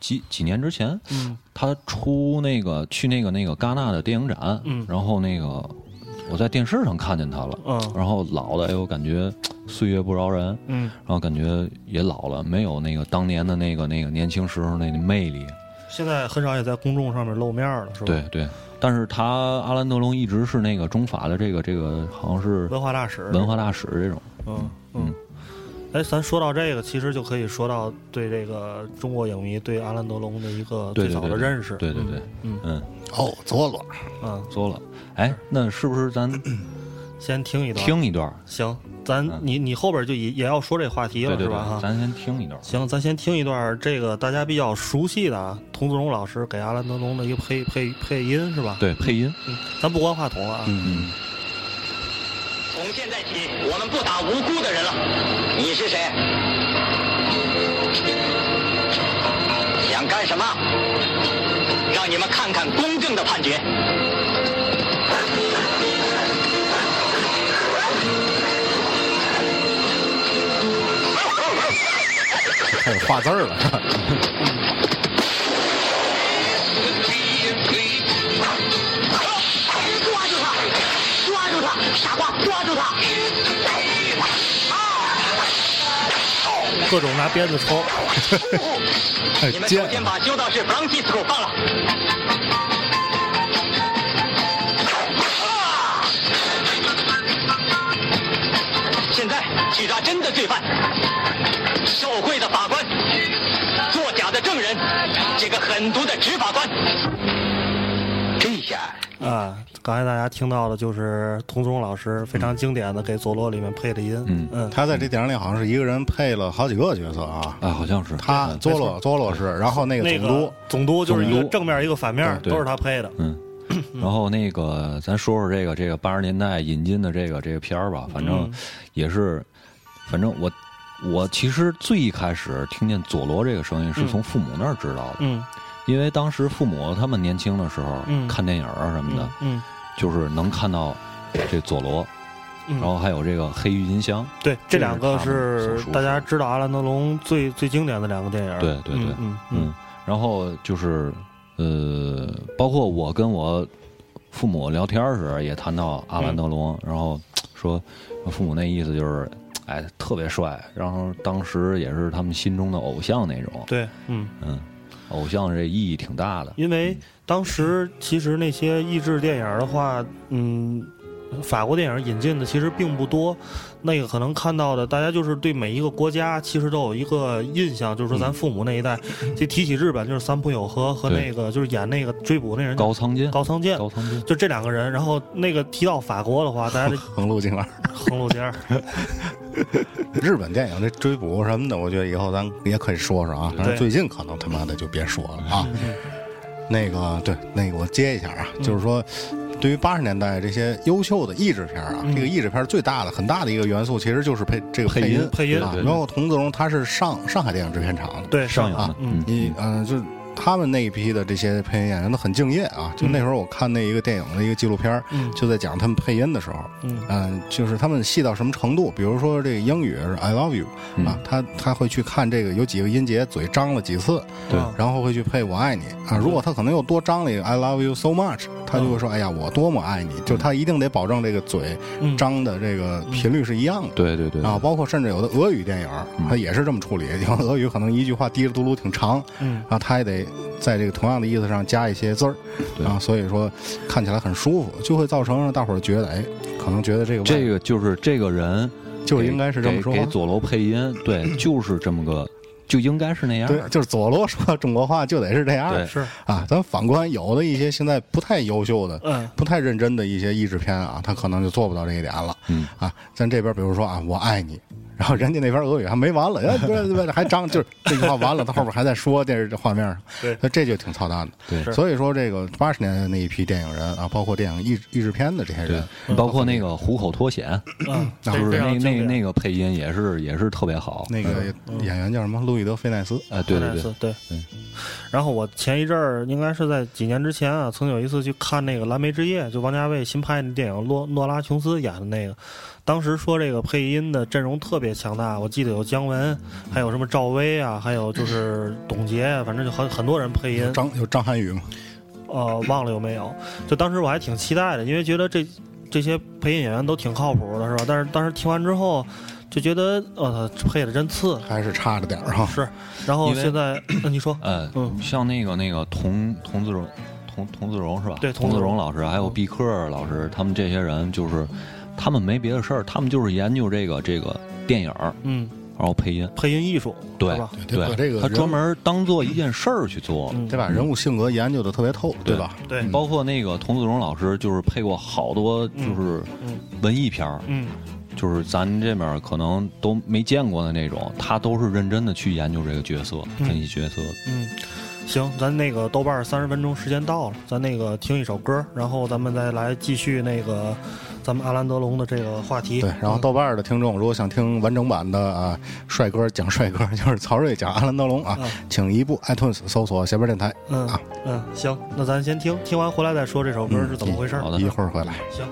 Speaker 3: 几几年之前，
Speaker 2: 嗯，
Speaker 3: 他出那个去那个那个戛纳的电影展，
Speaker 2: 嗯
Speaker 3: 然后那个我在电视上看见他了，
Speaker 2: 嗯
Speaker 3: 然后老的哎呦感觉岁月不饶人，
Speaker 2: 嗯，
Speaker 3: 然后感觉也老了，没有那个当年的那个那个年轻时候那魅力，
Speaker 2: 现在很少也在公众上面露面了，是吧？
Speaker 3: 对，对，但是他阿兰德龙一直是那个中法的这个这个好像是
Speaker 2: 文化大使，
Speaker 3: 文化大使这种，
Speaker 2: 嗯嗯。哎，咱说到这个，其实就可以说到对这个中国影迷对阿兰德龙的一个
Speaker 3: 对
Speaker 2: 最
Speaker 3: 对
Speaker 2: 早
Speaker 3: 对
Speaker 2: 的
Speaker 3: 对
Speaker 2: 认识。
Speaker 3: 对对对，
Speaker 2: 嗯
Speaker 3: 嗯，
Speaker 1: 哦，佐罗，
Speaker 2: 嗯，
Speaker 3: 说了，哎，那是不是咱
Speaker 2: 先听一段。。
Speaker 3: 听一段儿？
Speaker 2: 行，咱你你后边就也也要说这话题
Speaker 3: 对
Speaker 2: 了，
Speaker 3: 对
Speaker 2: 是吧？哈
Speaker 3: 对，。咱先听一段儿。
Speaker 2: 行，咱先听一段这个大家比较熟悉的啊，童自荣老师给阿兰德龙的一个配配配音是吧？，
Speaker 3: 对，配音，
Speaker 2: 嗯，咱不关话筒了啊。
Speaker 1: 嗯，
Speaker 5: 从现在起，我们不打无辜的人了。你是谁？想干什么？让你们看看公正的判决。
Speaker 1: 开始画字儿了。
Speaker 5: 抓住他！抓住他！傻瓜，抓住他！
Speaker 2: 各种拿鞭子抽，
Speaker 3: 啊
Speaker 1: 哎
Speaker 5: 你，们
Speaker 1: 接
Speaker 5: 首先把修道士弗朗西斯科放了。现在举抓真的罪犯，受贿的法官，作假的证人，这个狠毒的执法官。这下
Speaker 2: 啊，刚才大家听到的就是童自荣老师非
Speaker 3: 嗯
Speaker 2: 常经典的给《佐罗》里面配的音，嗯嗯，
Speaker 1: 他在这电影里好像是一个人配了好几个角色啊。
Speaker 3: 啊，好像是
Speaker 1: 他
Speaker 3: 嗯
Speaker 1: 佐罗佐罗是，然后那个
Speaker 2: 那
Speaker 1: 总
Speaker 2: 个
Speaker 1: 督，
Speaker 2: 总督就是一个
Speaker 3: 总督
Speaker 2: 正面一个反面
Speaker 3: 对对
Speaker 2: 都是他配的， <coughs>
Speaker 3: 嗯，然后那个咱说说这个这个八十年代引进的这个这个片儿吧，反
Speaker 2: 嗯
Speaker 3: 正也是，反正我我其实最一开始听见佐罗这个声音是从父母那儿知道的，
Speaker 2: 嗯
Speaker 3: 因为当时父母他们年轻的时候、
Speaker 2: 嗯
Speaker 3: 看电影啊什么的，
Speaker 2: 嗯嗯，
Speaker 3: 就是能看到这佐罗，
Speaker 2: 嗯
Speaker 3: 然后还有这个黑郁金香，
Speaker 2: 对，这两个
Speaker 3: 这是他们所
Speaker 2: 是
Speaker 3: 熟悉的
Speaker 2: 大家知道阿兰德龙最最经典的两个电影，
Speaker 3: 对对对
Speaker 2: 嗯嗯嗯
Speaker 3: 嗯，然后就是呃，包括我跟我父母聊天儿时也谈到阿兰德龙，然后说父母那意思就是，哎，特别帅，然后当时也是他们心中的偶像那种，
Speaker 2: 对，嗯。
Speaker 3: 嗯，偶像这意义挺大的，
Speaker 2: 因为当时其实那些译制电影的话，嗯，法国电影引进的其实并不多，那个可能看到的，大家就是对每一个国家其实都有一个印象，就是说咱父母那一代，就提起日本就是三浦友和和
Speaker 3: 嗯对
Speaker 2: 那个就是演那个追捕那人
Speaker 3: 高仓健，
Speaker 2: 高仓健。
Speaker 3: 高仓健，
Speaker 2: 就这两个人，然后那个提到法国的话，大家就
Speaker 1: 横路进二，
Speaker 2: 横路尖
Speaker 3: <laughs>
Speaker 2: 儿，
Speaker 1: 日本电影这追捕什么的，我觉得以后咱也可以说说啊。但是最近可能他妈的就别说了啊。那个对，那个我接一下啊，就是说，对于八十年代这些优秀的译制片啊，这个译制片最大的、很大的一个元素，其实就是配这个
Speaker 3: 配
Speaker 1: 音
Speaker 3: 音
Speaker 2: 配音
Speaker 1: 啊
Speaker 3: 对。对
Speaker 1: 包括童自荣，他是上上海电影制片厂的，
Speaker 2: 对，
Speaker 3: 上扬
Speaker 1: 啊
Speaker 3: 的，嗯，
Speaker 1: 你嗯、呃就是他们那一批的这些配音演员都很敬业啊。就那时候我看那一个电影的一个纪录片儿，
Speaker 2: 嗯
Speaker 1: 就在讲他们配音的时候，
Speaker 2: 嗯
Speaker 1: 嗯，就是他们细到什么程度，比如说这个英语是 I love you
Speaker 3: 嗯
Speaker 1: 啊，他他会去看这个有几个音节嘴张了几次，
Speaker 3: 对
Speaker 2: 啊
Speaker 1: 然后会去配我爱你啊。如果他可能又多张了一个 I love you so much，他就会
Speaker 3: 嗯
Speaker 1: 说哎呀我多么爱你，就他一定得保证这个嘴
Speaker 2: 嗯
Speaker 1: 张的这个频率是一样的。
Speaker 3: 对嗯对对，
Speaker 1: 啊，包括甚至有的俄语电影儿，它也是这么处理。 <laughs> 有的俄语可能一句话嘀哩嘟噜挺长，
Speaker 2: 嗯
Speaker 1: 然后它也得在这个同样的意思上加一些字儿，
Speaker 3: 对
Speaker 1: 啊，所以说看起来很舒服，就会造成让大伙儿觉得，哎，可能觉得这个
Speaker 3: 这
Speaker 1: 个
Speaker 3: 个就是这个人
Speaker 1: 就应该是这么说
Speaker 3: 给
Speaker 1: 话
Speaker 3: 给佐罗配音，对，就是这么个就应该是那样。
Speaker 1: 对，就是佐罗说中国话就得是这样
Speaker 3: 对
Speaker 1: 儿，
Speaker 2: 是
Speaker 1: 啊。咱反观有的一些现在不太优秀的、
Speaker 2: 嗯
Speaker 1: 不太认真的一些译制片啊，他可能就做不到这一点了。
Speaker 3: 嗯
Speaker 1: 啊，咱这边比如说啊，我爱你，然后人家那边俄语还没完了，哎不是不是还张就是这句话完了，他后边还在说电视这画面上，
Speaker 2: 对
Speaker 1: 那这就挺操蛋的。
Speaker 3: 对是
Speaker 1: 所以说这个八十年代那一批电影人啊，包括电影译译制片的这些
Speaker 3: 对
Speaker 1: 人，，
Speaker 3: 包括那个虎口脱险，
Speaker 2: 嗯，
Speaker 1: 那
Speaker 2: 非
Speaker 1: 不
Speaker 3: 就是
Speaker 2: 非常
Speaker 3: 那
Speaker 2: 经
Speaker 3: 那
Speaker 2: 典
Speaker 3: 那个配音也是也是特别好。
Speaker 1: 那个演员叫什么？路易德·菲奈斯。
Speaker 3: 哎，对对
Speaker 2: 那
Speaker 3: 对
Speaker 2: 次，对
Speaker 3: 嗯
Speaker 2: 然后我前一阵儿应该是在几年之前啊，曾有一次去看那个《蓝莓之夜》，就王家卫新拍的电影，诺诺拉琼斯演的那个。当时说这个配音的阵容特别强大，我记得有姜文，还有什么赵薇啊，还有就是董洁啊，反正就很很多人配音。
Speaker 1: 张有张涵予吗？
Speaker 2: 呃，忘了有没有？就当时我还挺期待的，因为觉得这这些配音演员都挺靠谱的，是吧？但是当时听完之后，就觉得呃，配的真次。
Speaker 1: 还是差着点儿哈。
Speaker 2: 是，然后
Speaker 3: 哦因为
Speaker 2: 现在 <coughs> 你说，
Speaker 3: 呃
Speaker 2: 嗯，
Speaker 3: 像那个那个童童自荣，童童自荣是吧？
Speaker 2: 对
Speaker 3: 童
Speaker 2: 童
Speaker 3: 自
Speaker 2: 自荣嗯
Speaker 3: 荣老师还有毕克老师，他们这些人就是，他们没别的事儿，他们就是研究这个这个电影儿，
Speaker 2: 嗯，
Speaker 3: 然后配音。
Speaker 2: 配音艺术，
Speaker 3: 对
Speaker 2: 是吧？
Speaker 1: 对把这个
Speaker 3: 他
Speaker 1: 人
Speaker 3: 专门当做一件事儿去做。
Speaker 2: 嗯
Speaker 1: 得把人物性格研究的特别透，
Speaker 3: 对
Speaker 1: 吧？
Speaker 2: 对
Speaker 1: 嗯
Speaker 3: 包括那个童自荣老师，就是配过好多就是
Speaker 2: 嗯
Speaker 3: 文艺片儿，
Speaker 2: 嗯，
Speaker 3: 就是咱这边儿可能都没见过的那种，他都是认真的去研究这个角色，
Speaker 2: 嗯
Speaker 3: 分析角色。
Speaker 2: 嗯，行，咱那个豆瓣三十分钟时间到了，咱那个听一首歌，然后咱们再来继续那个咱们阿兰德龙的这个话题。
Speaker 1: 对，然后豆瓣儿的听众如果想听完整版的啊，帅哥讲帅哥，就是曹睿讲阿兰德龙啊
Speaker 2: 嗯，
Speaker 1: 请一步 iTunes 搜索斜边电台
Speaker 2: 嗯
Speaker 1: 啊，
Speaker 2: 嗯，行，那咱先听，听完回来再说这首歌是怎么回事儿。
Speaker 3: 好的
Speaker 1: 一会儿回来。
Speaker 2: 行。